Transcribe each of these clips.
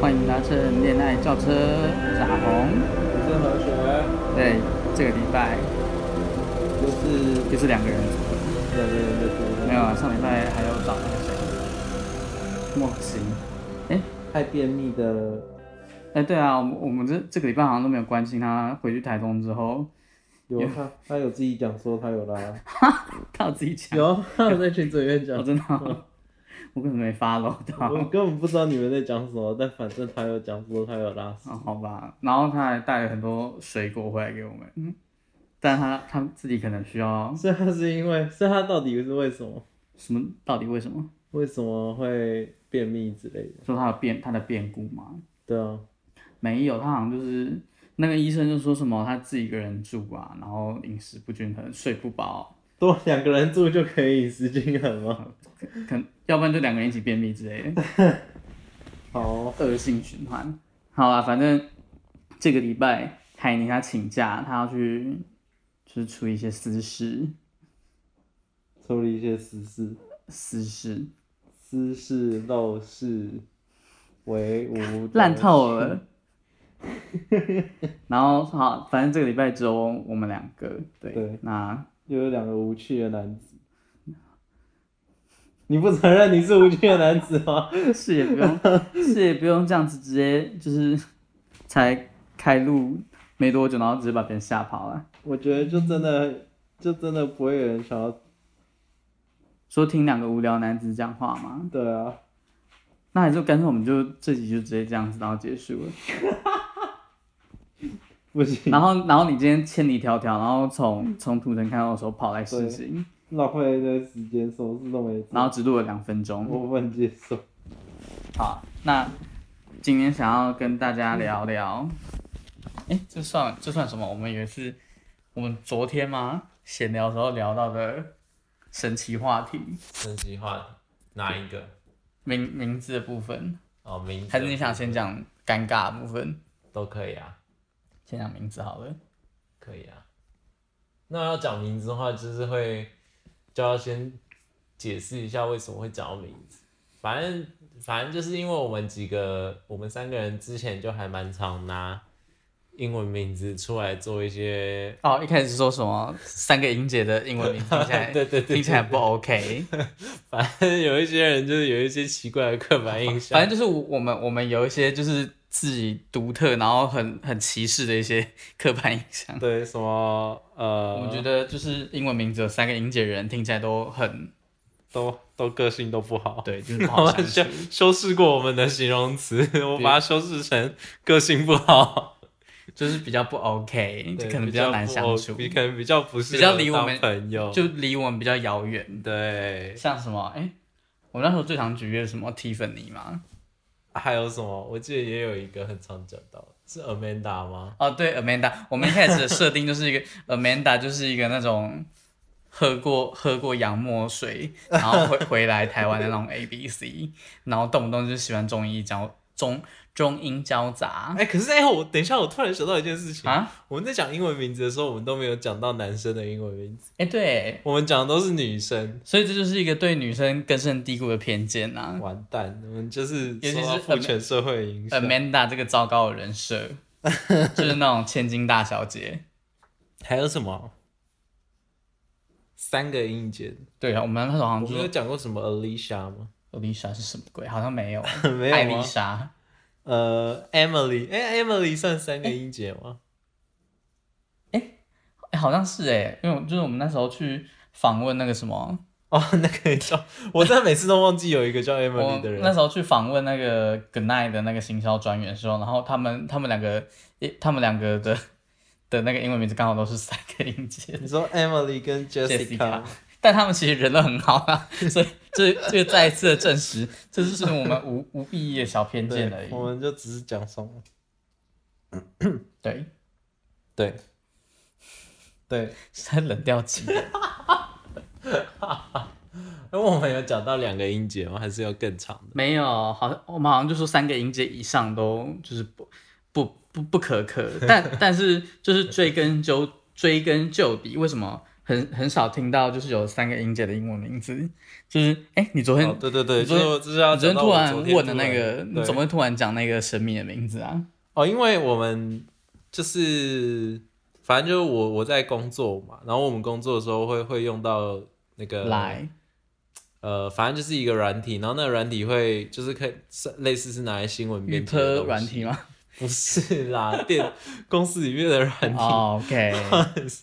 欢迎搭乘恋爱轿车，我是阿红。我是何学，对，这个礼拜就是又是两个人组合，两个人的歌，没有啊，上礼拜还有找那个谁，莫西。哎、太便秘的，哎、对啊，我们我们这这个礼拜好像都没有关心他回去台东之后，有他他有自己讲说他有拉，他有自己讲，有他有在群组里面我、讲，真的哦、 我根本没 follow 到。啊 我根本不知道你们在讲什么，但反正他有讲说他有拉屎，哦，好吧，然后他还带了很多水果回来给我们，嗯，但他他自己可能需要所以他是因为，所以他到底是为什么，什么？到底为什么？为什么会便秘之类的？说他有变他的变故吗？对啊，没有，他好像就是那个医生就说什么他自己一个人住啊，然后饮食不均衡，睡不饱，多两个人住就可以饮食均衡吗？可要不然就两个人一起便秘之类的， 好，恶性循环。好啦，反正这个礼拜海宁他请假，他要去就是处理一些私事，处理一些私事，私事私事陋室，为无烂透了。 然后好，反正这个礼拜只有我们两个，对，对那又有两个无趣的男子。 你不承认你是无趣的男子吗？ 是也不用，是也不用这样子直接就是才开路没多久，然后直接把别人吓跑了。我觉得就真的就真的不会有人想要说听两个无聊男子讲话嘛，对啊，那还是干脆我们就这集就直接这样子，然后结束了。不行，然后，然后你今天千里迢迢，然后从从土城看到的时候跑来试行，浪费一堆时间，什么事都没然做，后只录了两分钟。我不能接受。好，那今天想要跟大家聊聊，哎、这算这算什么？我们以为是我们昨天吗？闲聊的时候聊到的神奇话题。升级换哪一个？名名字的部分，哦，名字还是你想先讲尴尬的部分？都可以啊，先讲名字好了。可以啊。那要讲名字的话，就是会就要先解释一下为什么会讲到名字。反正反正就是因为我们几个，我们三个人之前就还蛮常拿英文名字出来做一些，哦，一开始说什么三个音节的英文名听起来， 对对对听起来不 OK。反正有一些人就是有一些奇怪的刻板印象反。正就是我我们我们有一些就是自己独特，然后很很歧视的一些刻板印象。对，什么呃，我觉得就是英文名字有三个音节的人听起来都很都都个性都不好。对，就是不 好我们相修处。修饰过我们的形容 词，我把它修饰成个性不好，就是比较不 OK，就对可能比比较难不相哦处，比可能比较不是比较离我们朋友，就离我们比较遥远。对，像什么？哎、我那时候最常举例的是什么 Tiffany 嘛？还有什么？我记得也有一个很常讲到，是 Amanda 吗？哦，对，Amanda，我们一开始的设定就是一个 Amanda，就是一个那种喝过喝过洋墨水，然后回回来台湾的那种 A B C，然后动不动就喜欢中医交中中英交杂哎、可是哎、我等一下，我突然想到一件事情，啊。我们在讲英文名字的时候，我们都没有讲到男生的英文名字，哎、对，我们讲的都是女生。所以这就是一个对女生根深蒂固的偏见呐、完蛋，我们就是尤其受是到父权社会影呃响。 Amanda 这个糟糕的人设，就是那种千金大小姐。还有什么？三个音节，对啊，我们那时候好我像们有说讲过什么 Alicia 吗？ Lisa 是什么鬼，好像没有。没艾有丽吗？莎，呃，Emily，哎、e m i l y 算三个音节吗？哎，好像是哎、因为我就是我们那时候去访问那个什么，哦，那个叫，我真的每次都忘记有一个叫我 Emily 那的人。时候去访问那个 Goodnight 的那个行销专员的时候，然后他们他们两个，诶他们两个的的那个英文名字刚好都是三个音节，你说 Emily 跟 Jessica Jessica，但他们其实人都很好啊，所以这这个再一次的证实，这就是我们无无意义的小偏见而对，已。我们就只是讲什么？对，对，对，哎、是在 冷掉级的。我们有讲到两个音节吗？还是要更长的？没有，好像我们好像就说三个音节以上都就是不不 不不可可，但但是就是追根究追根究底，为什么很很很少听到，就是有三个音节的英文名字，就是哎、你昨天、哦，对对对，你就昨是天我就是要你昨天讲到突我然昨问的突那然个，你怎对么会突然讲那个神秘的名字啊？哦，因为我们就是反正就是我我在工作嘛，然后我们工作的时候会会用到那个来，呃，反正就是一个软体，然后那个软体会就是可以是类似是拿来新闻预编辑的科东 软西体吗不是啦，电公司里面的软体，哦 OK，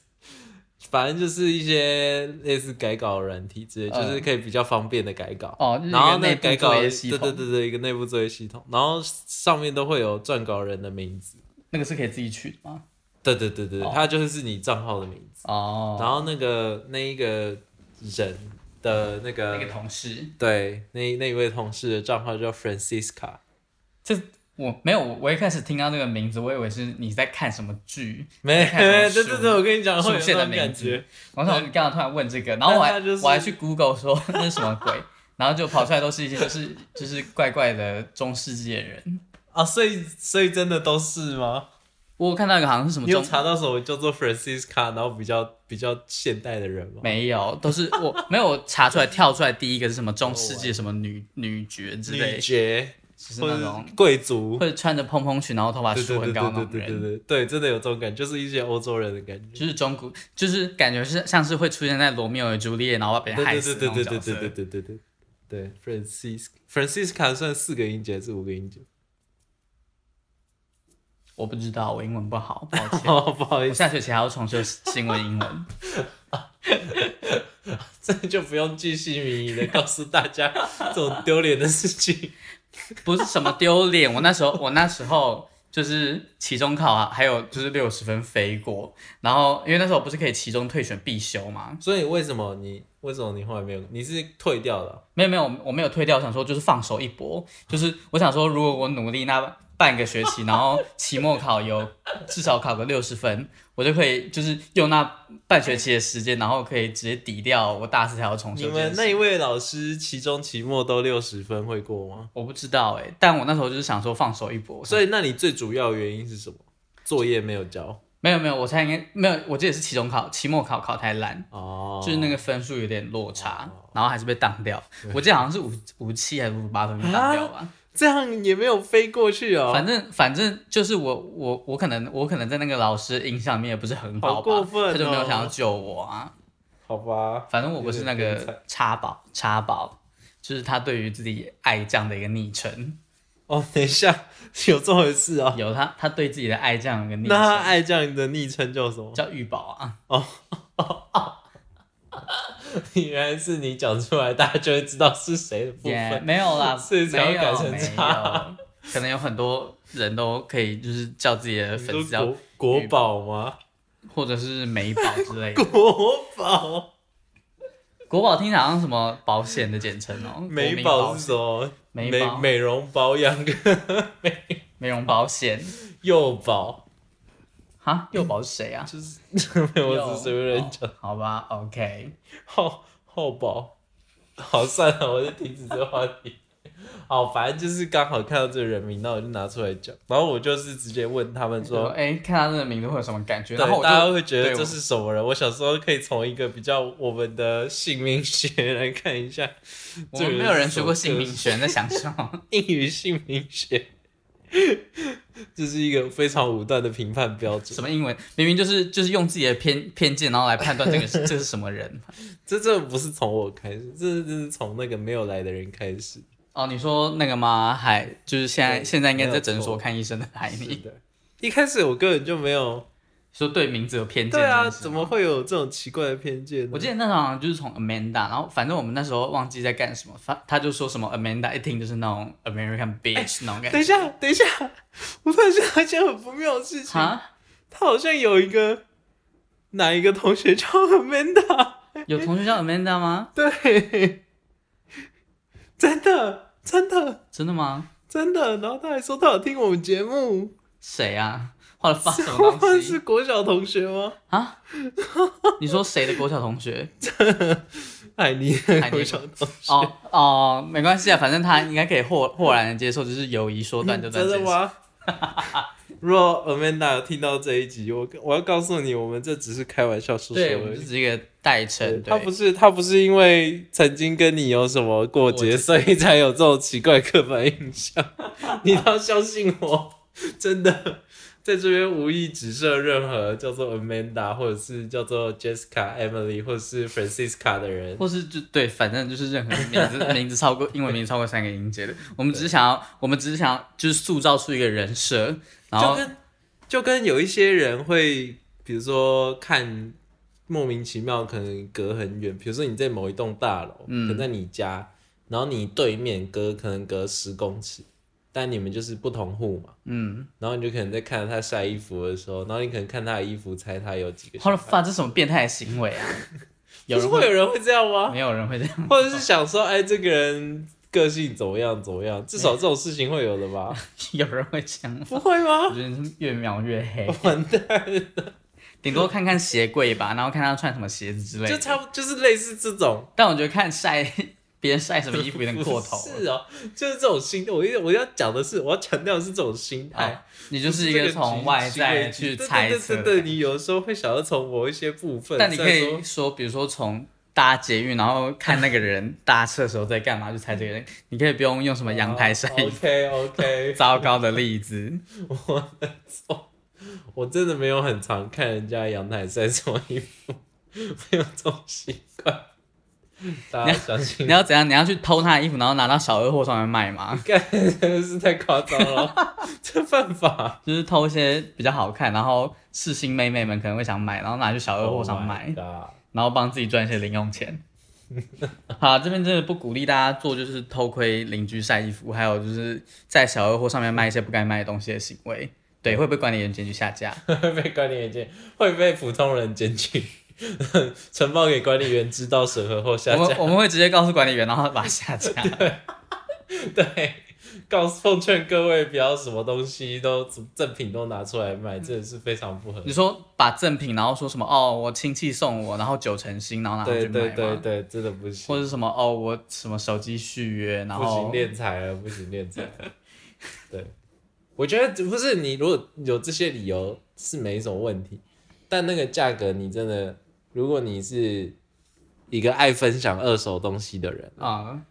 反正就是一些类似改稿的软体之类，嗯就是可以比较方便的改稿。哦，就是一然后个那内个改部稿，作对业系对统，对对，一个内部作业系统，然后上面都会有撰稿人的名字，那个是可以自己取的吗？对对对对，它就是你账号的名字。哦，然后那个那一个人的那个那个同事，对那那一位同事的账号叫 Francisca，我没有，我一开始听到这个名字，我以为是你在看什么剧，没看什么对书对对，我跟你讲会有出现那的种名感字觉，。我想你刚刚突然问这个，然后我还、但它就是我还去 Google 说那是什么鬼，然后就跑出来都是一些就是 就是怪怪的中世纪的人。啊，所以所以真的都是吗？我有看到一个好像是什么你有中查到什么叫做 Francisca，然后比较比较现代的人吗？没有，都是我没有我查出来跳出来第一个是什么中世纪什么女女爵之类女，爵就是或那者种是贵族，会穿着蓬蓬裙，然后头发对梳对很对对高对那对种对人对。对，对真的有这种感觉，就是一些欧洲人的感觉。就是中古，就是感觉是像是会出现在罗密欧与朱丽叶，然后把别人害对死对的那对种对对角对色。对对对对对，Francis Francisca 算四个音节还是五个音节？我不知道，我英文不好，抱歉。哦，不好意我思，下学期还要重修新闻英文。这就不用继续迷疑的告诉大家这种丢脸的事情。不是什么丢脸，我那时候我那时候就是期中考啊，还有就是六十分飞过，然后因为那时候不是可以期中退选必修嘛，所以为什么你为什么你后来没有？你是退掉了？没有没有，我没有退掉，我想说就是放手一搏，就是我想说如果我努力那半个学期，然后期末考有至少考个六十分，我就可以就是用那半学期的时间，然后可以直接抵掉我大四还要重修你这件事。们那一位老师期中期末都六十分会过吗？我不知道哎、但我那时候就是想说放手一搏，所以那你最主要原因是什么？作业没有交没有没有，我猜应该没有，我记得是期中考、期末考考太烂，哦就是那个分数有点落差，然后还是被当掉。我记得好像是五五七还是五八分被当掉吧。这样也没有飞过去哦，反正反正就是我我我可能我可能在那个老师印象里面也不是很好吧，好过分哦他就没有想要救我啊。好吧。反正我不是那有点天个插宝插宝，就是他对于自己爱这样的一个昵称，哦，等一下，有这回事哦。有他他对自己的爱这样一个昵那他称，爱将你的昵称 叫什么？叫玉宝啊。原来是你讲出来，大家就会知道是谁的部也、分。没有 啦，所以才没会有改成没有， 可能有很多人都可以就是叫自己的你粉说丝叫 国国宝吗？ 或者是美宝之类的。国宝，国宝听起来好像什么保险的简称哦、国美民宝保是什么？美美宝美容保养跟美容保险。幼保，哈， 幼保是谁啊？就是 没有，我只是随便讲。哦好吧，OK。厚厚宝，好算了，我就停止这个话题。好，反正就是刚好看到这个人名，那我就拿出来讲。然后我就是直接问他们说，说，哎、看他这个名字会有什么感觉？对，然后大我家就会觉对得我这是什么人？我小时候可以从一个比较我们的姓名学来看一下，我这们个没人有人是学什过么姓名学，在想什么？ 英语姓名学， 这是一个非常武断的评判标准什。么英文？明明就是就是用自己的偏偏见，然后来判断这个是这是什么人。这这不是从我开始，这这是从那个没有来的人开始。哦，你说那个吗？海就是现在对现在应该没在有诊所错看医生的海是哎你，的，一开始我根本就没有。说对名字有偏见。对啊，真的是怎么？会有这种奇怪的偏见呢？我记得那时候好像就是从 Amanda，然后反正我们那时候忘记在干什么，他他就说什么 Amanda，一听就是那种 American bitch 那种感 等一觉。下，等一下，我突然想到一件很不妙的事情，哈，他好像有一个哪一个同学叫 Amanda， 有同学叫 Amanda 吗？对，真的，真的，真的吗？真的。然后他还说他有听我们节目，谁啊？画了发什么他东们西 是国小同学吗？啊？你说谁的国小同学？海尼海的尼哎国小同学，哦哦，没关系啊，反正他应该可以豁豁然的接受，就是友谊说断就断 真这 的件事。吗？如果 Amanda 有听到这一集，我我要告诉你，我们这只是开玩笑说说对，我而们就已。是一个代称，他不对，是他不是因为曾经跟你有什么过过节，节所以才有这种奇怪刻板印象。 你要相信我，真的在这边无意指涉任何叫做 Amanda 或者是叫做 Jessica、Emily 或者是 Francisca 的人。或是就对，反正就是任何名 字名字超过英文名字超过三个音节的，我们只是想要，我们只是想要就是塑造出一个人设，然就后跟就跟有一些人会，比如说看莫名其妙，可能隔很远，比如说你在某一栋大楼，嗯可能在你家，然后你对面隔可能隔十公尺，但你们就是不同户嘛，嗯，然后你就可能在看他晒衣服的时候，然后你可能看他的衣服，猜他有几个或者小孩。发这是什么变态的行 为啊？有不是人会会，有人会这样吗？没有人会这样， 或者是想说，哎，这个人个性怎么样怎么样？至少这种事情会有的 吧？有人会这样吗，不会吗我？觉得是越描越黑， 完蛋。顶多看看鞋柜吧，然后看他穿什么鞋子之类就的。差不就是类似这种，但我觉得看晒 别人晒什么衣服有点过头了，是哦，就是这种心，我我要讲的是，我要强调的是这种心态，你就是一个从外在去猜测对的。对对，对你有时候会想要从某一些部分，但你可虽然以说说，比如说从搭捷运，然后看那个人搭车的时候在干嘛，就猜这 个人。你可以不用用什么阳台晒衣服， OK 哦 OK，糟糕的例子。我真的没有很常看人家阳台晒什么衣服，没有这种习惯，大家相 信你要怎样？你要去偷他的衣服，然后拿到小二货上面卖 吗？干真的是太夸张了，这犯 法。就是偷一些比较好看，然后世新妹妹们可能会想买，然后拿去小二货上卖 Oh my god 然后帮自己赚一些零用 钱。好，这边真的不鼓励大家做，就是偷窥邻居晒衣服，还有就是在小二货上面卖一些不该卖的东西的行为，对，会被管理员检举下架。 会被管理员检，会被普通人检 举，呈报给管理员知道审核后下我架们。我们会直接告诉管理员，然后把它下架。 对，告诉奉劝各位不要什么东西都赠品都拿出来卖，真的是非常不合你理。说把赠品，然后说什么哦，我亲戚送我，然后九成新，然后拿回对去卖对吗对对，真的不或行，者是什么哦，我什么手机续约，然不行后练财了，不行练财了。对，我觉得不是你如果有这些理由是没什么问题，但那个价格你真的，如果你是一个爱分享二手东西的人，啊、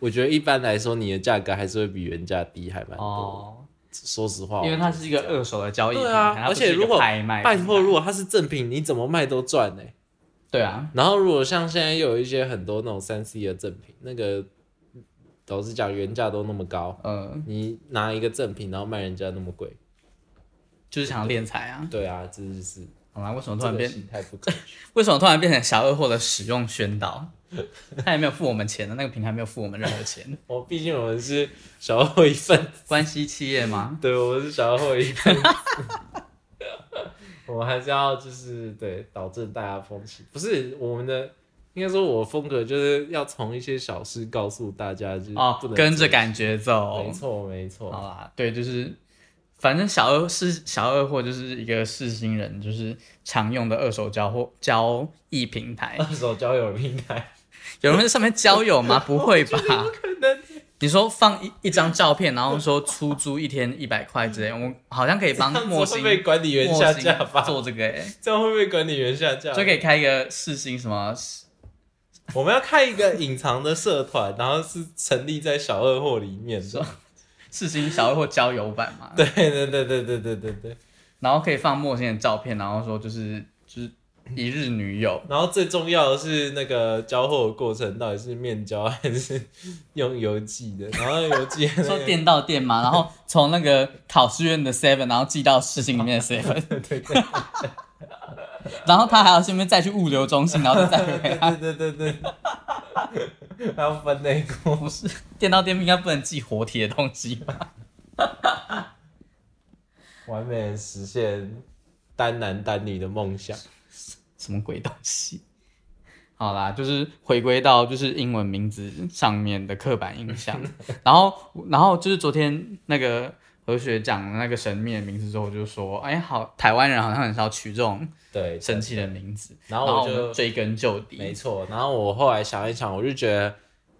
我觉得一般来说你的价格还是会比原价低，还蛮多。哦，说实话，因为我它觉得是一个这样二手的交易平对台，啊它不是而且一个如果拍卖拜平托，台如果它是正品，你怎么卖都赚呢、对啊，然后如果像现在又有一些很多那种三 C 的正品，那个老实讲原价都那么高，呃，你拿一个正品然后卖人家那么贵，就是想要敛财啊。对啊，这就是好啦，为什么突这然个变？心态不可取。为什么突然变成小二货的使用宣 导？他也没有付我们钱的，那个平台没有付我们任何 钱。我毕竟我们是小二货一份，关系企业吗？对，我们是小二货一份。 我还是要就是对导正大家风气，不是我们的，应该说我的风格就是要从一些小事告诉大家，就是哦不能，跟着做感觉走没。错，没错。好啦，对，就是反正小二是小二货，就是一个试新人，就是常用的二手交货交易平台 二。手交友平台，有人在上面交友吗？不会吧？你说放一一张照片，然后说出租一天一百块之类，我们好像可以帮这样莫子会欣被管理员莫下欣架吧？做这个、欸，这样会被管理员下架吧。就可以开一个试新什么我们要开一个隐藏的社团，然后是成立在小二货里面的。四星小二或交友版嘛，对对对对对对对对。然后可以放莫欣的照片，然后说就是就是一日女友，然后最重要的是，那个交货的过程到底是面交还是用邮寄的？然后邮寄的那 说个店到店嘛，然后从那个考试院的 Seven，然后寄到四星里面的 Seven， 对对然后他还要顺便再去物流中心，然后再再回来。对对对对，还要分内裤。不是店到店应该不能寄活体的东西吧？ 完美地实现单男单女的梦想。什么鬼东西？好啦，就是回归到就是英文名字上面的刻板印 象，然后然后就是昨天那个何学讲那个神秘的名字之后，我就说，哎，好，台湾人好像很少取这种对，神奇的名字，然然后我我就们追根究底，没错，然后我后来想一想，我就觉得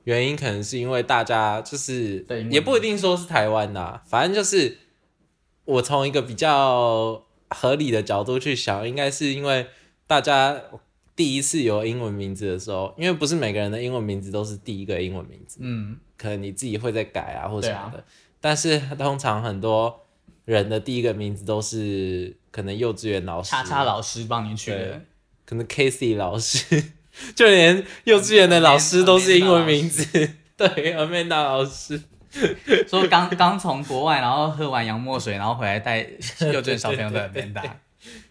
原因可能是因为大家就是对英文也不一定说是台湾的啊、反正就是我从一个比较合理的角度去想，应该是因为大家第一次有英文名字的时候，因为不是每个人的英文名字都是第一个英文名字，嗯，可能你自己会再改啊或什么对的。但是通常很多人的第一个名字都是可能幼稚园老师、叉叉老师帮你取的对，可能 Casey 老师， 就连幼稚园的老师都是英文名字。 对，Amanda 老师，说刚刚从国外，然后喝完洋墨水，然后回来 带幼稚园小朋友的 Amanda，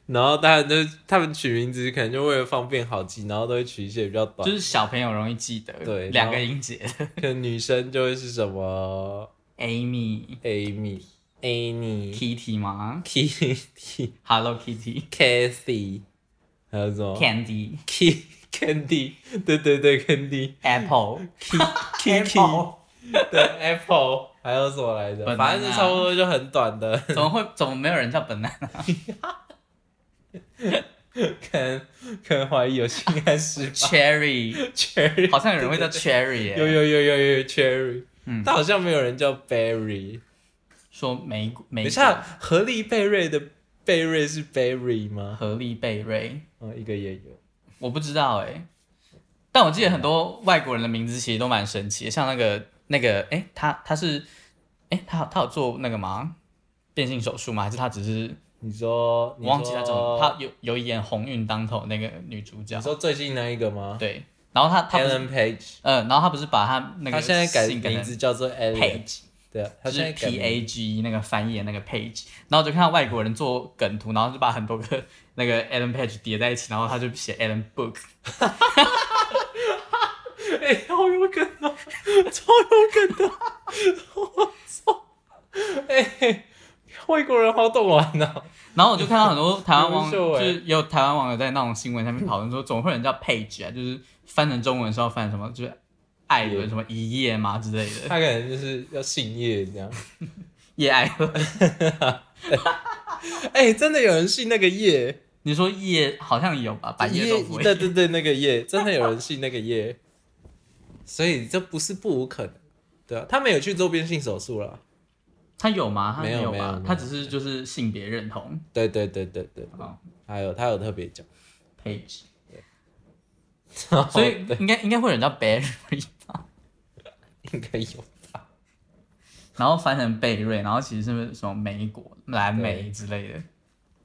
然后大家就他们取名字可能就为了方便好记，然后都会取一些比较短就，是小朋友容易记得，对两个然后音节可能女生就会是什么，Amy、 Amy、Annie、 Kitty 吗 Kitty、 ？Hello Kitty、 Kathy，还有什哦么 Candy、 Ki Candy，对对对，Candy、 Apple、 Kiki，对 Apple，还有什么来着？ Banana 反正就差不多就很短的。怎么会怎么没有人叫本啊来？ 可能可能怀疑有性暗示吧。 Cherry， Cherry 好像有人会叫 Cherry 耶、有有有有有有 Cherry，嗯但好像没有人叫 Berry。说玫瑰玫等瑰一下，何丽贝瑞的贝瑞是 Berry 吗？合力贝瑞，嗯，一个也有。我不知道哎、但我记得很多外国人的名字其实都蛮神奇的，像那个那个哎、诶他他是哎、他他有做那个吗？变性手术吗？还是他只是你说，你我忘记他怎么，说他有有演《鸿运当头》那个女主角你，说最近那一个吗对，然后他他不是？Ellen Page，呃，然后他不是把他那个他现在改性感的名字叫做 Ellen， Page，对啊，他就现是在改 P 名 A G 那个翻译的那个 page，然后就看到外国人做梗图，然后就把很多个 那个 Alan Page 叠在一起，然后他就写 Alan Book，哎、好有梗啊，超有梗的，我操！哎、外国人好懂玩呐、然后我就看到很多台湾网，优秀就是欸也有台湾网友在那种新闻下面讨论说，总会有人叫 page 啊，就是翻成中文是要翻什么，就是爱伦什么一夜吗之类的， 他可能就是要姓叶这样。叶爱伦。哎、真的有人信那个叶，你说叶好像有吧，百叶豆腐对对对，那个叶，真的有人信那个叶，所以这不是不无可能，对啊，他没有去做变性手术了，他有吗？他 没有没有吧没？有他只是就是性别认同对对对对对，啊还有他有特别讲， page，所以 应该应该会有人叫 Barry 吧。应该有然后翻成贝瑞，然后其实是什么莓果、蓝莓之类的。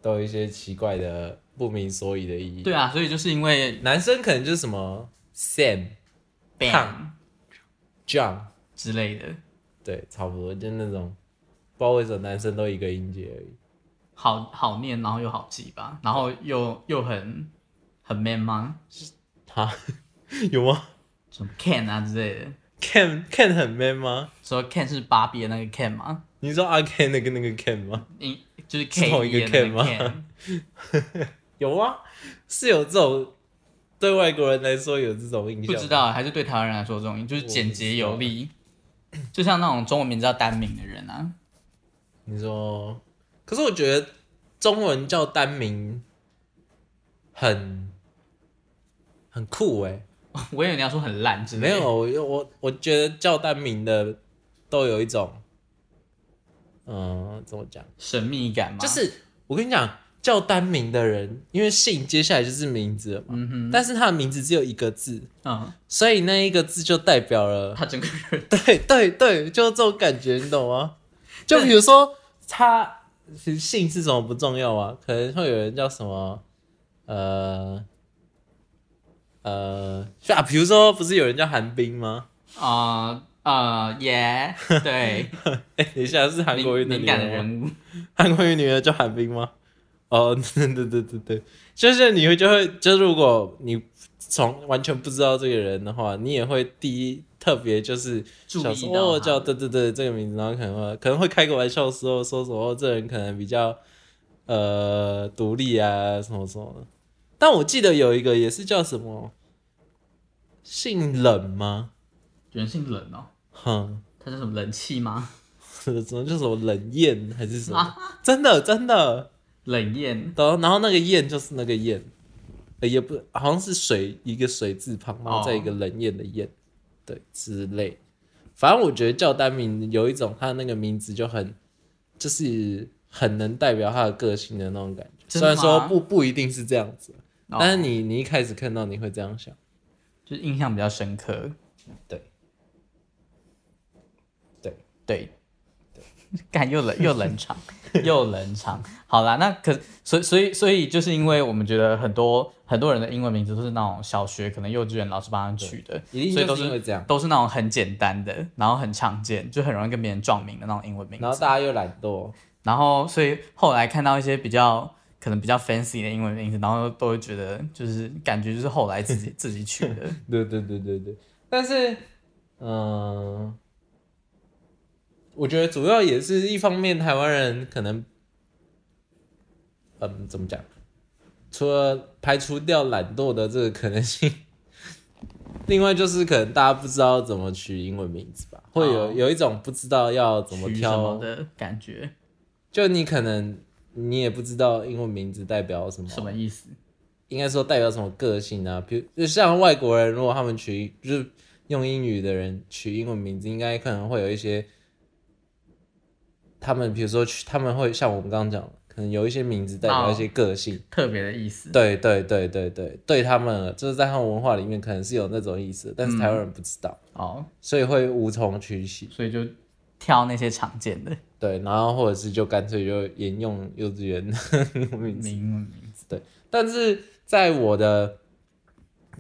都有一些奇怪的不明所以的意义。对啊，所以就是因为男生可能就是什么 Sam、 ban Bang John，之类的。对，差不多就那种，不知道为什么男生都一个音节而已。好好念，然后又好记吧，然后又又很很 man 吗？哈， 有吗什么 can 啊之类的， ？Ken Ken 很 man 吗？说 can 是芭比的那个 can 吗？你说阿 Ken 那个那个 Ken 吗？你就是 K E 是同一个 can Ken 吗 有吗？是有这种对外国人来说有这种印象？不知，道还是对台湾人来说这种就是简洁有我不力，就像那种中文名字叫单名的人啊， 你说，可是我觉得中文叫单名很很酷哎、我以为你要说很烂之类没的，有，我我我觉得叫单名的都有一种，嗯，怎么讲？神秘感嘛，就是我跟你讲，叫单名的人，因为姓接下来就是名字了嘛，嗯哼，但是他的名字只有一个字，嗯，所以那一个字就代表了，他整个人 对对对，就这种感觉，你懂吗？就比如说他其实姓是什么不重要啊，可能会有人叫什么，呃。呃，就啊，比如说，不是有人叫韩冰吗？ 啊啊耶，对，哎、等一下，是韩国瑜敏的敏女感的儿吗？人物，韩国瑜女儿叫韩冰吗？哦， 对对对对对，就是你会就会，就如果你从完全不知道这个人的话，你也会第一特别就是注想意说到哦他叫对对对这个名字，然后可能会可能会开个玩笑说说什么、哦、这人可能比较呃独立啊什么什么的。但我记得有一个也是叫什么姓冷吗？人性冷哦，哼。 他叫什么冷气吗？什么就什么冷艳还是 什么？真的真的，冷艳然后然后那个艳就是那个艳，呃也不好像是水一个水字旁，然后再一个冷艳的艳，对之类。反正我觉得叫单名有一种他那个名字就很就是很能代表他的个性的那种感觉。真虽的吗然说不不一定是这样子，哦但是你你一开始看到你会这样想，就是印象比较深刻。对，对对对， 干又冷又冷 场又冷场。好啦，那可所以所以所以就是因为我们觉得很多很多人的英文名字都是那种小学可能幼稚园老师帮他取的，一定所以就都是因为是这样，都是那种很简单的，然后很常见，就很容易跟别人撞名的那种英文名字。然后大家又懒惰，然后所以后来看到一些比较可能比较 fancy 的英文名字，然后都会觉得就是感觉就是后来自 己自己取的。对对对对对。但是，嗯、我觉得主要也是一方面，台湾人可能，嗯，怎么讲？除了排除掉懒惰的这个可能性， 另外就是可能大家不知道怎么取英文名字吧，会有、哦有一种不知道要怎么取什挑么的感觉？就你可能你也不知道英文名字代表什么，什么意思？应该说代表什么个性啊？比如就像外国人，如果他们取就是用英语的人取英文名字，应该可能会有一些他们，比如说取他们会像我们刚刚讲的，可能有一些名字代表一些个性。特别的意思？对对对对对，对他们就是在他们文化里面可能是有那种意思的，但是台湾人不知道，哦，所以会无从取起。所以就挑那些常见的对，然后或者是就干脆就沿用幼稚园 的名字。英文名字。但是在我的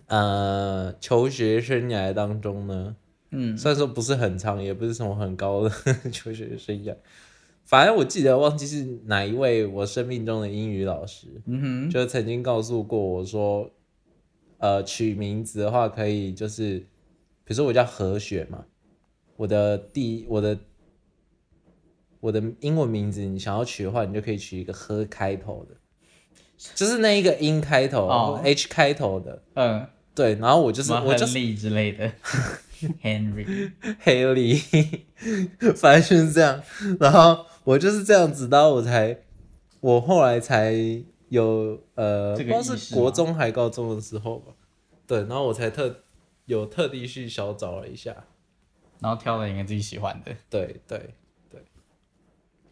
呃求学生涯当中呢，嗯，虽然说不是很长，也不是什么很高的 求学生涯，反正我记得忘记是哪一位我生命中的英语老师，嗯哼，就曾经告诉过我说，呃，取名字的话可以就是，比如说我叫何雪嘛，我的第我的我的英文名字，你想要取的话，你就可以取一个何开头的，就是那一个音开头、哦或 H 开头的，嗯，对。然后我就什是么我就亨是利之类的 ，Henry，黑里， 反正就是这样。然后我就是这样子，然后我才，我后来才有呃，这不个知意识吗道是国中还高中的时候吧，对，然后我才特有特地去小找了一下，然后挑了一个自己喜欢的。对对，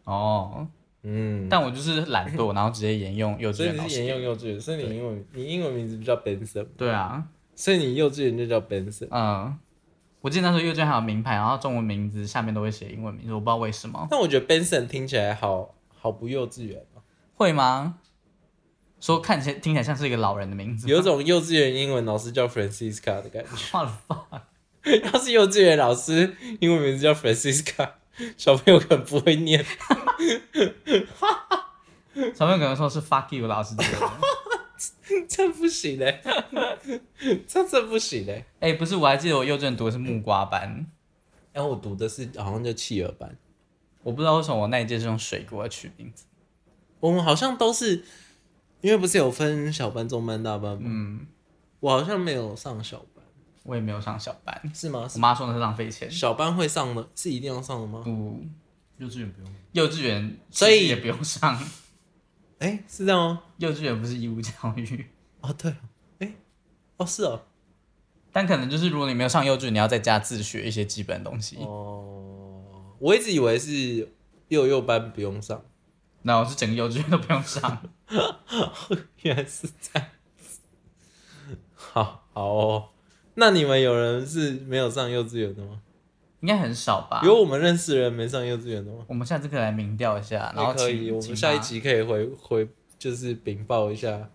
哦，嗯，但我就是懒惰，然后直接沿用幼稚所以园老你师啊是给沿的用幼稚园，所以你英文你英文名字不叫 Benson，对啊，所以你幼稚园就叫 Benson。嗯，我记得那时候幼稚园还有名牌，然后中文名字下面都会写英文名字，我不知道为什么。但我觉得 Benson 听起来好好不幼稚园哦，会吗？说看起来听起来像是一个老人的名字吗，有种幼稚园英文老师叫 Francisca 的感觉。 What the fuck？要是幼稚园老师英文名字叫 Francisca，小 朋友可能不会念。小朋友可能说是 fuck you 老师之 类的。这不行嘞、这这不行欸嘞、哎、不是，我还记得我幼稚园读的是木瓜班，然哎后我读的是好像叫企鹅班，我不知道为什么我那一届是用水果来取名字。我们好像都是，因为不是有分小班、中班、大班吗？嗯，我好像没有上小班，我也没有上小班，是吗？我妈说那是浪费钱。小班会上的，是一定要上的吗？不，幼稚园不用。幼稚园所以其实也不用上，哎、是这样吗？幼稚园不是义务教育。哦，对哦，哎、哦是哦，但可能就是如果你没有上幼稚园，你要在家自学一些基本东西。哦，我一直以为是幼幼班不用上，那我是整个幼稚园都不用 上。原来是这样子。好好哦，那你们有人是没有上幼稚园的吗？应该很少吧？有我们认识的人没上幼稚园的吗？我们下次可以来民调一下，然后也可以，请我请们下一他集可以回回就是禀报一下，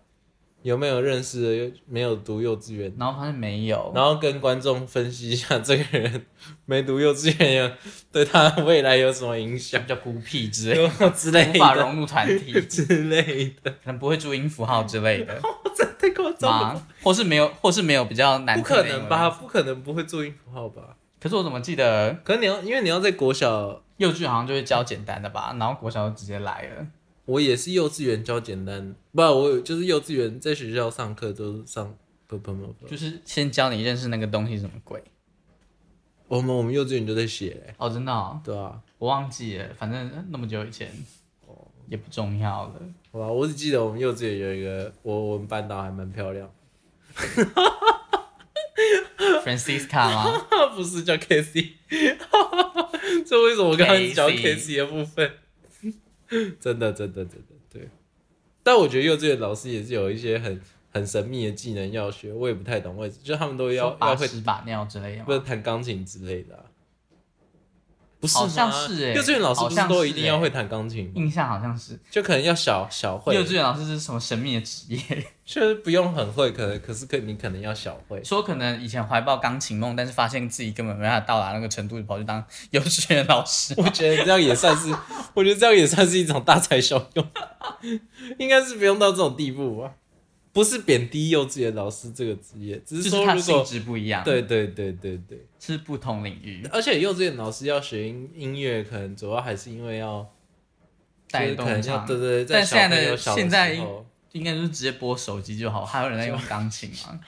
有没有认识的又没有读幼稚园，然后发现没有，然后跟观众分析一下这个人没读幼稚园有对他未来有什么影响 比较孤僻之类，有之无类法的融入团体， 之类的，可能不会注音符号之类 的太夸张了，吗？或是没有，或是没有比较难不听的可英文能吧？？不可能不会注音符号吧？可是我怎么记得可是你要，因为你要在国小，幼稚园好像就会教简单的吧，然后国小就直接来了。我也是幼稚园教简单，不，我有就是幼稚园在学校上课都是上不不不不，就是先教你认识那个东西是什么鬼我们我们幼稚园就在写、欸，哦，真的、哦，对啊，我忘记了，反正呃那么久以前，也不重要 了。好吧，我只记得我们幼稚园有一个我我们班导还蛮漂亮， Francisca 吗？她不是叫 K C，这为什么我刚刚讲 K Casey C 的部分？真的真的真的对。但我觉得幼稚园老师也是有一些很很神秘的技能要学，我也 不太懂为什么，就他们都要把要会屎把尿之类的不是吗？弹钢琴之类的啊、不是好吗像是欸幼稚园老师不好是像都是一定要欸会弹钢琴吗？印象好像是就可能要小小会，幼稚园老师是什么神秘的职业？ 就是不用很会，可能可是可你可能要小会，说可能以前怀抱钢琴梦，但是发现自己根本没办法到达那个程度，就跑去当 幼稚园老师。我觉得这样也算是， 我觉得这样也算是一种大材小用，应该是不用到这种地步吧。不是贬低幼稚园老师这个职业，只就是是说他如性果质不一样，对，对对对对，是不同领域，而且幼稚园老师要学音音乐，可能主要还是因为要就带是可能动要上。对对对，在但小现在朋友的小现的在时候，应该就是直接播手机就好，还有人在用钢琴 吗？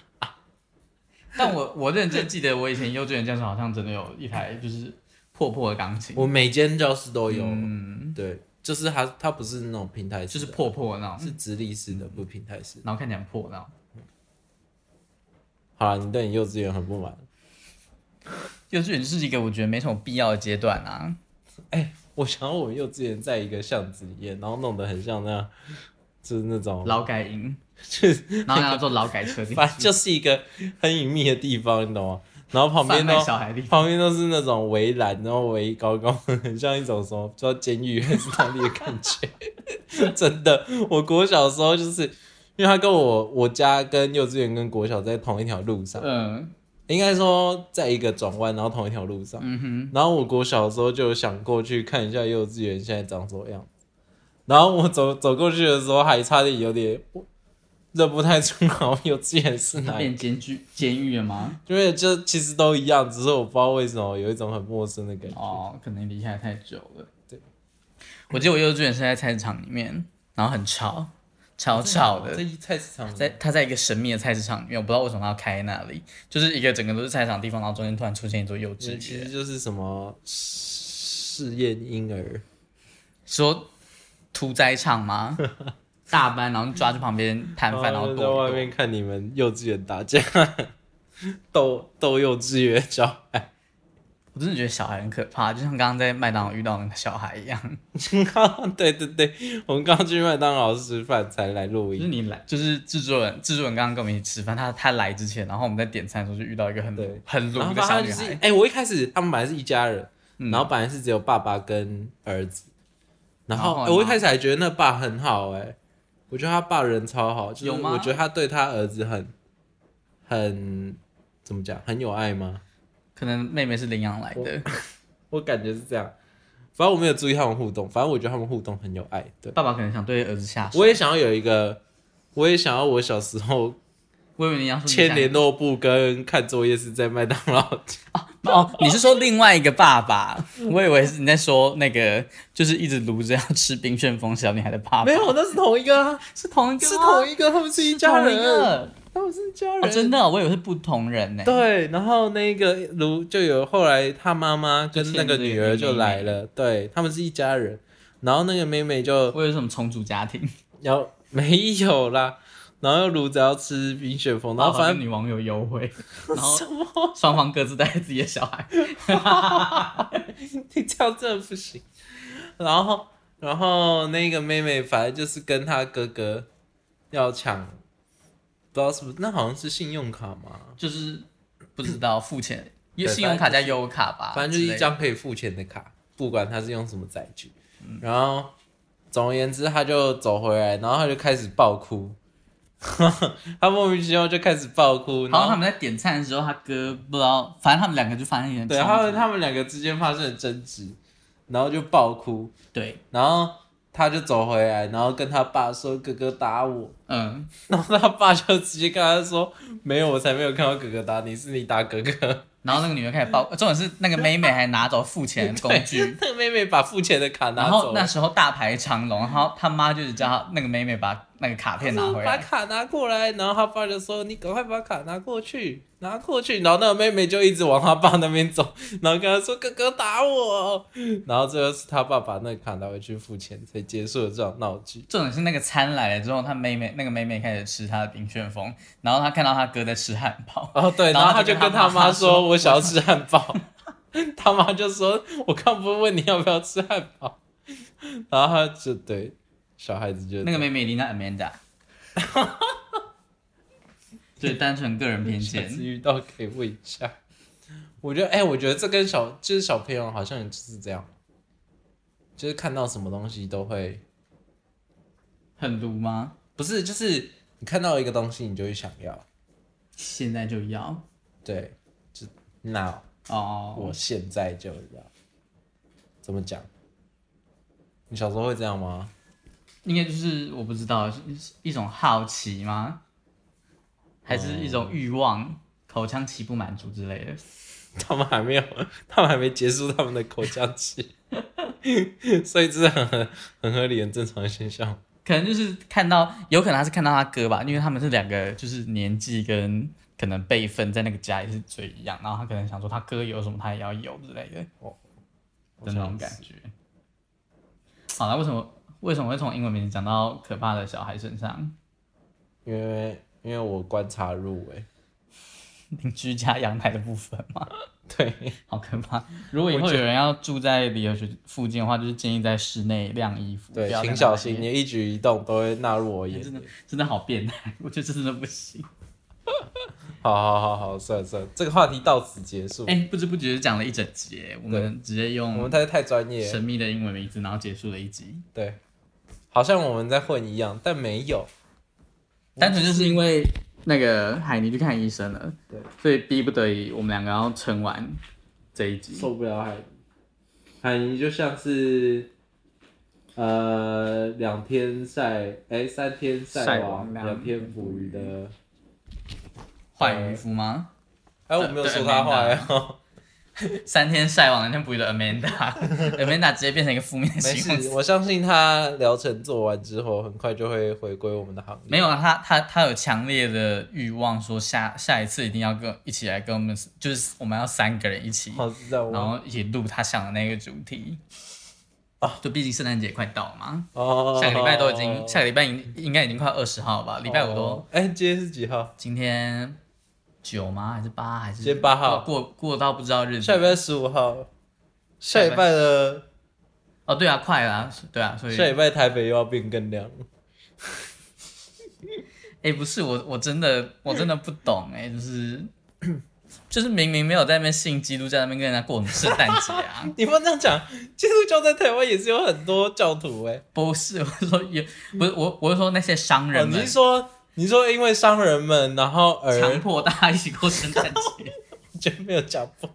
但我我认真记得，我以前幼稚园教室好像真的有一台就是破破的钢琴，我每间教室都有，嗯，对，就是它它不是那种平台就式是的，破破的那种，是直立式的，不是平台式的。然后看起来很破那种。好了，你对你幼稚园很不满。幼稚园就是一个我觉得没什么必要的阶段啊，我想我幼稚园在一个巷子里面，然后弄得很像那样，就是那种，劳改营，然后要做劳改车进去反正就是一个很隐秘的地方，你懂吗？然后旁边哦贩卖都小孩的地方旁边都是那种围栏，然后围高高，很像一种什么，不知道监狱还是哪里的感觉。 真的，我国小的时候就是，因为他跟我我家跟幼稚园跟国小在同一条路上，嗯应该说在一个转弯，然后同一条路上。嗯哼，然后我国小的时候就有想过去看一下幼稚园现在长什么样子，然后我走走过去的时候还差点有点我认不太出来幼稚园是哪一变监狱监狱了吗？因为就其实都一样，只是我不知道为什么有一种很陌生的感觉。哦，可能离开太久了。对，我记得我幼稚园是在菜市场里面，然后很吵，吵吵的这。一菜市场在它在一个神秘的菜市场里面，我不知道为什么它要开那里，就是一个整个都是菜市场的地方，然后中间突然出现一座幼稚其实园，就是什么试验婴儿，说屠宰场 吗？大班，然后抓去旁边摊贩，然后就躲哦在外一躲面看你们幼稚园打架， 斗斗幼稚园小孩，我真的觉得小孩很可怕，就像刚刚在麦当劳遇到那个小孩一 样，对对对，我们刚去麦当劳吃饭才来录就音是。你来， 就是制作人，制作人刚刚跟我们一起吃饭，他他来之前，然后我们在点餐的时候就遇到一个很对很然鲁后的反小正女就是，孩哎、，我一开始他们本来是一家人，嗯然后本来是只有爸爸跟儿子，然后然后哎我一呢开始还觉得那爸很好、哎，我觉得他爸人超好，就是有吗我觉得他对他儿子很很怎么讲，很有爱吗？可能妹妹是领养来的，我感觉是这样，反正我没有注意他们互动，反正我觉得他们互动很有爱，对，爸爸可能想对儿子下手。我也想要有一个。我也想要我小时候我以为你 要说你签想联络簿跟看作业是在麦当 劳，哦，你是说另外一个爸爸？我以为是你在说那个，就是一直撸着要吃冰旋风小女孩的爸爸。没有，，那是同一个啊，是同一个吗，是同一个，他们是一家同一人，个他们是一家人，哦，真的哦、我以为是不同人呢。对，然后那个卢就有后来他妈妈跟那个女儿就来了，对他们是一家人。然后那个妹妹就我以为是什么重组家庭，要 没有啦，然后卢只要吃冰雪风，然然后后反反正正女网友优 惠，然后双方各自带自己的小孩， 你这样真的不行。然后然后那个妹妹反正就是跟她哥哥要抢，不知道是不是那好像是信用卡嘛，就是不知道付钱，对信用卡加优卡吧，反正就是一啊之类的张可以付钱的卡，不管他是用什么载具。嗯然后总而言之，他就走回来，然后他就开始爆哭， 他莫名其妙就开始爆哭，然然后他后们在点餐的时候，他哥不知道，反正他们两个就发生一点对冲他们突他们两个之间发生了争执，然后就爆哭，对，然后他就走回来，然后跟他爸说哥哥打我，嗯，然后他爸就直接跟他说没有，我才没有看到哥哥打你，是你打哥哥。然后那个女的开 始爆，重点是那个妹妹还拿走付钱的工具，那个妹妹把付钱的卡拿 然走后了，那时候大排长龙，然后他妈就是叫他那个妹妹把那个卡片拿回把 来，卡拿过来，然后他爸就说：“你赶快把卡拿过去，拿过去。”然后那个妹妹就一直往他爸那边走，然后跟他说：“哥哥打我。” 然后最后是他爸把那个卡拿回去付钱，才结束了这场闹剧。重点是那个餐来了之后，他妹妹那个妹妹开始吃她的冰旋风，然后她看到她哥在吃汉堡，哦，对，然然后后他就就跟跟他他妈妈说说：“我 想要吃汉堡。” 他妈就说：“我刚不是问你要不要吃汉堡？”然后他就对小孩子就那个美美琳娜 Amanda，对，单纯个人偏下见次。遇到可以问一下。我觉得，哎、我觉得这跟小就是小朋友好像就是这样，就是看到什么东西都会，很毒吗？不是就是你看到一个东西你就会想要，现在就要对，就 now 哦我，现在就要，怎么讲？你小时候会这样吗？应该就是我不知道，是一种好奇吗？还是一种欲望？口腔期不满足之类的， 他们还没有，他们还没结束他们的口腔期， 所以这是很合很合理、很正常的现象。可能就是看到，有可能他是看到他哥吧，因为他们是两个，就是年纪跟可能辈分在那个家也是最一样，然后他可能想说他哥有什么他也要有之类的，哦的那种感觉。好了，为什么为什么会从英文名字讲到可怕的小孩身上？因为因为我观察入围，邻居家阳台的部分吗？ 对，好可怕！如果以后有人要住在离合学附近的话，就是建议在室内晾衣服，对不要，在请那小边哎心，你的一举一动都会纳入我眼真的里。真的好变态， 我觉得这真的不行。好好好好，算了算了，这个话题到此结束。哎、不知不觉就讲了一整节，我们直接我们用太太专业了，神秘的英文名字，然后结束了一集。对，好像我们在混一样，但没有。单纯就是因为那个海尼去看医生了，对，所以逼不得已，我们两个要撑完这一集。受不了海尼，海尼就像是呃两天晒哎、三天晒晒网网两两天捕渔的，坏渔夫吗？哎，我没有说他坏哦，三天晒网，两天捕鱼的 Amanda，Amanda 直接变成一个负面的 没形容词事，。我相信他疗程做完之后，很快就会回归我们的行列。没有啊，他他他有强烈的欲望，说下下一次一定要跟一起来跟我们，就是我们要三个人一起， 好，是这样然吗？后一起录他想的那个主题。啊，就毕竟圣诞节快到了嘛，哦，下个礼拜都已经，下个礼拜应应该已经快二十号了吧？礼拜五都、哦。哎，今天是几号？今天九吗？还是八？还是今天八号过过过到不知道日下礼子。拜十五号。嗯下礼拜礼拜的哦，对啊，快啦，对啊，所以下礼拜台北又要变更亮了。哎、不是我，我真的我真的不懂哎、就是 就是明明没有在那边信基督教，在那边跟人家过什么圣诞节 啊？你不能这样讲，基督教在台湾也是有很多教徒哎、不是，我是说也不是我，我是说那些商哦，人你们是说你说因为商人们，然后强而迫大家一起过圣诞 节，就没有讲破，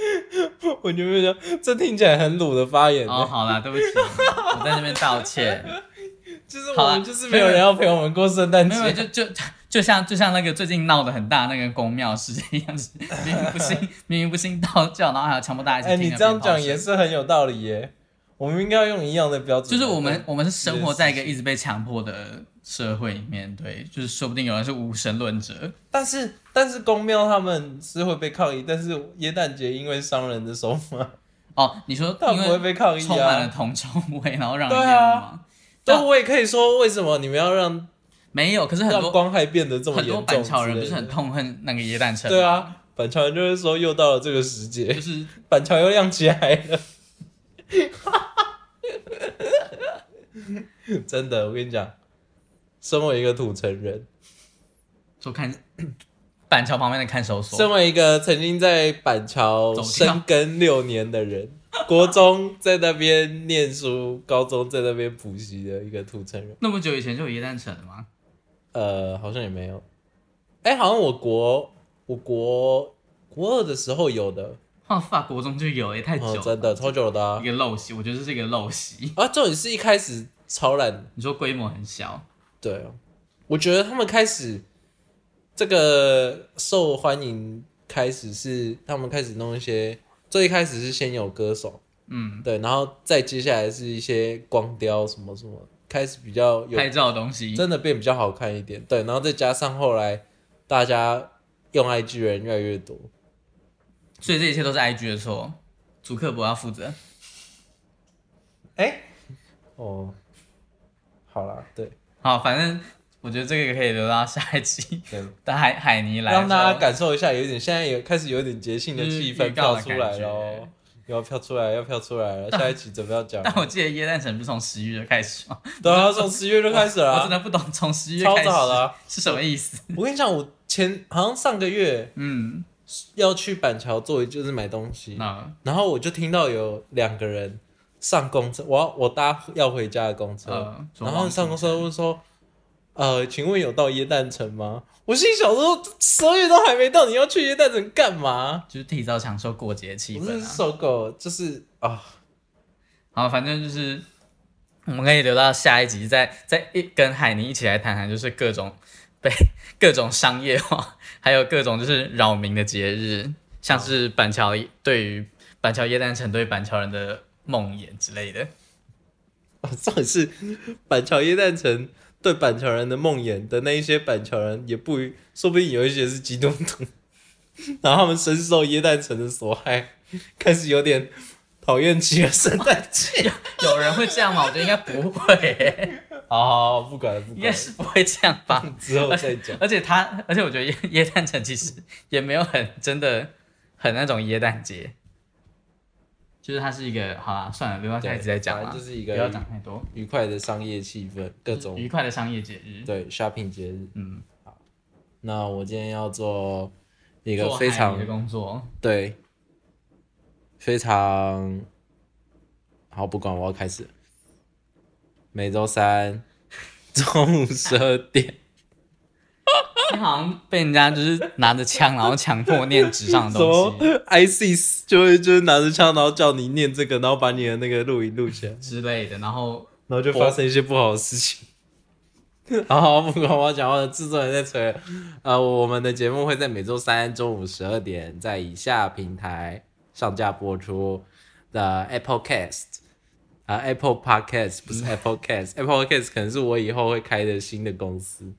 我就没有讲，这听起来很鲁的发言、欸。哦，好啦，对不起，我在那边道歉。就是好我啦们就是没有人要陪我们过圣诞 没有，没有节。就就就像就像那个最近闹得很大那个公庙事件一样，就是 明明不信明明不信道教，然后还要强迫大家哎、一起听你那这样鞭炮声。讲也是很有道理耶、我们应该用一样的标准。就是我们，我们是生活在一个一直被强迫的社会里面，对，就是说不定有人是无神论者，但是但是公庙他们是会被抗议，但是耶诞节因为商人的手 法，哦，你说他因们不会为被抗议充满了啊。铜臭味，然后让人对啊厌恶吗？但我也可以说，为什么你们要让没有，可是很让多光害变得这么很严多重，板桥人不是很？痛恨那个耶诞城？对，啊，板桥人就会说又到了这个时节 就，是板桥又亮起来了。 真的，我跟你讲，身为一个土城人，说看 板桥旁边的看守所，身为一个曾经在板桥走跳生根六年 的人，国中在那边念书，高中在那边补习的一个土城人，那么久以前就有耶诞城了吗？呃，好像也没有。哎、好像我国我国国二的时候有的，哦，法国中就有，也太久哦了，，真的超久的啊一！个陋习，我觉得这是一个陋习。啊，重点是一开始超懒，你说规模很小，对哦，我觉得他们开始这个受欢迎开始是他们开始弄一些，最一开始是先有歌手，嗯，对，然后再接下来是一些光雕什么什么，开始比较有拍照的东西，真的变比较好看一点，对，然后再加上后来大家用 IG 的人越来越多，所以这一切都是 IG 的错，主客博要负责。哎、哦，好啦，对好，反正我觉得这个可以留到下一集。对。但海海尼来的时候，让大家感受一下，有一点现在有开始有一点节庆的气就是嗯氛预告跳的出来感觉喽。要票出来，要票出来了，下一期准备要讲了 但。我记得耶诞城不是从十一月开始吗？对啊，从十月就开始了我啊、真的不懂从十一月超开始早了啊、是什么意思。我跟你讲，我前好像上个月嗯，要去板桥做，就是买东西，那呃然后我就听到有两个人上公车，我要我搭要回家的公车，呃，啊然后上公车问说：“呃，请问有到耶诞城吗？”我心里想说，十二月都还没到，你要去耶诞城干嘛？就是提早享受过节气我氛真啊是。受够了，就是啊， 好，反正就是我们可以留到下一集再再一跟海尼一起来谈谈，就是各种被 各种商业化，还有各种就是扰民的节日，像是板桥对于板桥耶诞城对板桥人的梦魇之类的。啊到底是板桥耶诞城对板桥人的梦魇的那一些板桥人，也不说不定有一些是基督徒， 然后他们深受耶诞城的所害，开始有点讨厌起了圣诞 节。有人会这样吗？我觉得应该不会 欸、好好，好不管了，不应该管了，是不会这样吧。之后 再讲。而且他，而且我觉得耶耶诞城其实也没有很真的很那种耶诞节，就是它是一个好啦，算了，留到下一集再讲反啦，正就是一不要嗯个讲太多。愉快的商业气氛，各种愉快的商业节日，对 shopping 节日。嗯，那我今天要做一一个非常的工作，对非常好，不管我要开始了。每周三中午十二点，你好像被人家就是拿着枪，然后强迫念纸上的 什东么西 ISIS 就会就是拿着枪，然后叫你念这个，然后把你的那个录影录起来，之类的，然后然后就发生一些不好的事情。 好好，不管我讲话了，制作人在催了。呃，我们的节目会在每周三中午十二点在以下平台上架播出的 Apple Cast。啊、a p p l e Podcast 不是 Apple Cast，Apple Podcast 可能是我以后会开的新的公司。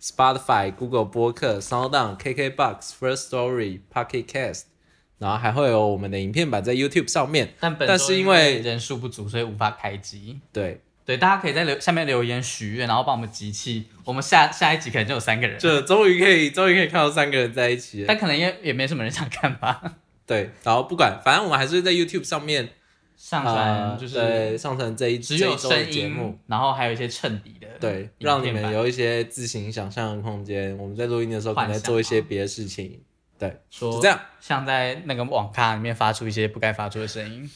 Spotify、Google 播客、SoundOn、KKBox、First Story、Pocket Cast，然后还会有我们的影片版在 YouTube 上面。但本但周是因因为人数不足，所以无法开机。对，对，大家可以在留下面留言许愿，然后帮我们集气。我们下下一集可能就有三个人，就终于可以，终于可以看到三个人在一起了。但可能也也没什么人想看吧。对，然后不管，反正我们还是在 YouTube 上面上呃，传就是对上传这一只这有一周的声节目音，，然后还有一些衬底的，对，让你们有一些自行想象的空间。我们在录音的时候，可能在做一些别的事情。对，说就这样，像在那个网咖里面发出一些不该发出的声音，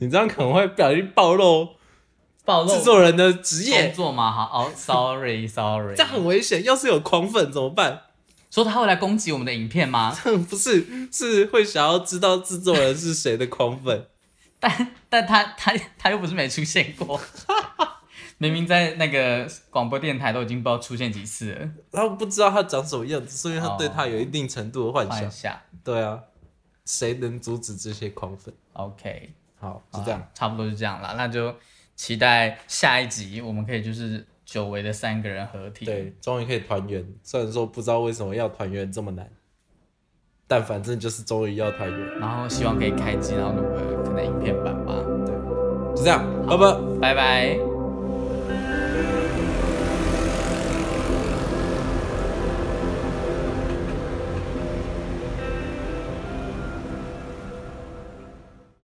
你这样可能会不小心暴露暴露制作人的职工业，作嘛，好哦，sorry sorry，这样很危险。要是有狂粉怎么办？ 说他会来攻击我们的影片吗？ 不是，是会想要知道制作人是谁的狂 粉。但但他他他又不是没出现 过，明明在那个广播电台都已经不知道出现几次了，他们不知道他长什么样子，所以他哦对他有一定程度的幻换想一。下对啊，谁能阻止这些狂粉？ ，OK，好，好就啦这样。差不多就这样啦，那就期待下一集我们可以就是久违的三个人合体，对，终于可以团圆。虽然说不知道为什么要团圆这么难，但反正就是终于要团圆。然后希望可以开机，然后录个可能影片版吧。就这样，拜拜。拜拜。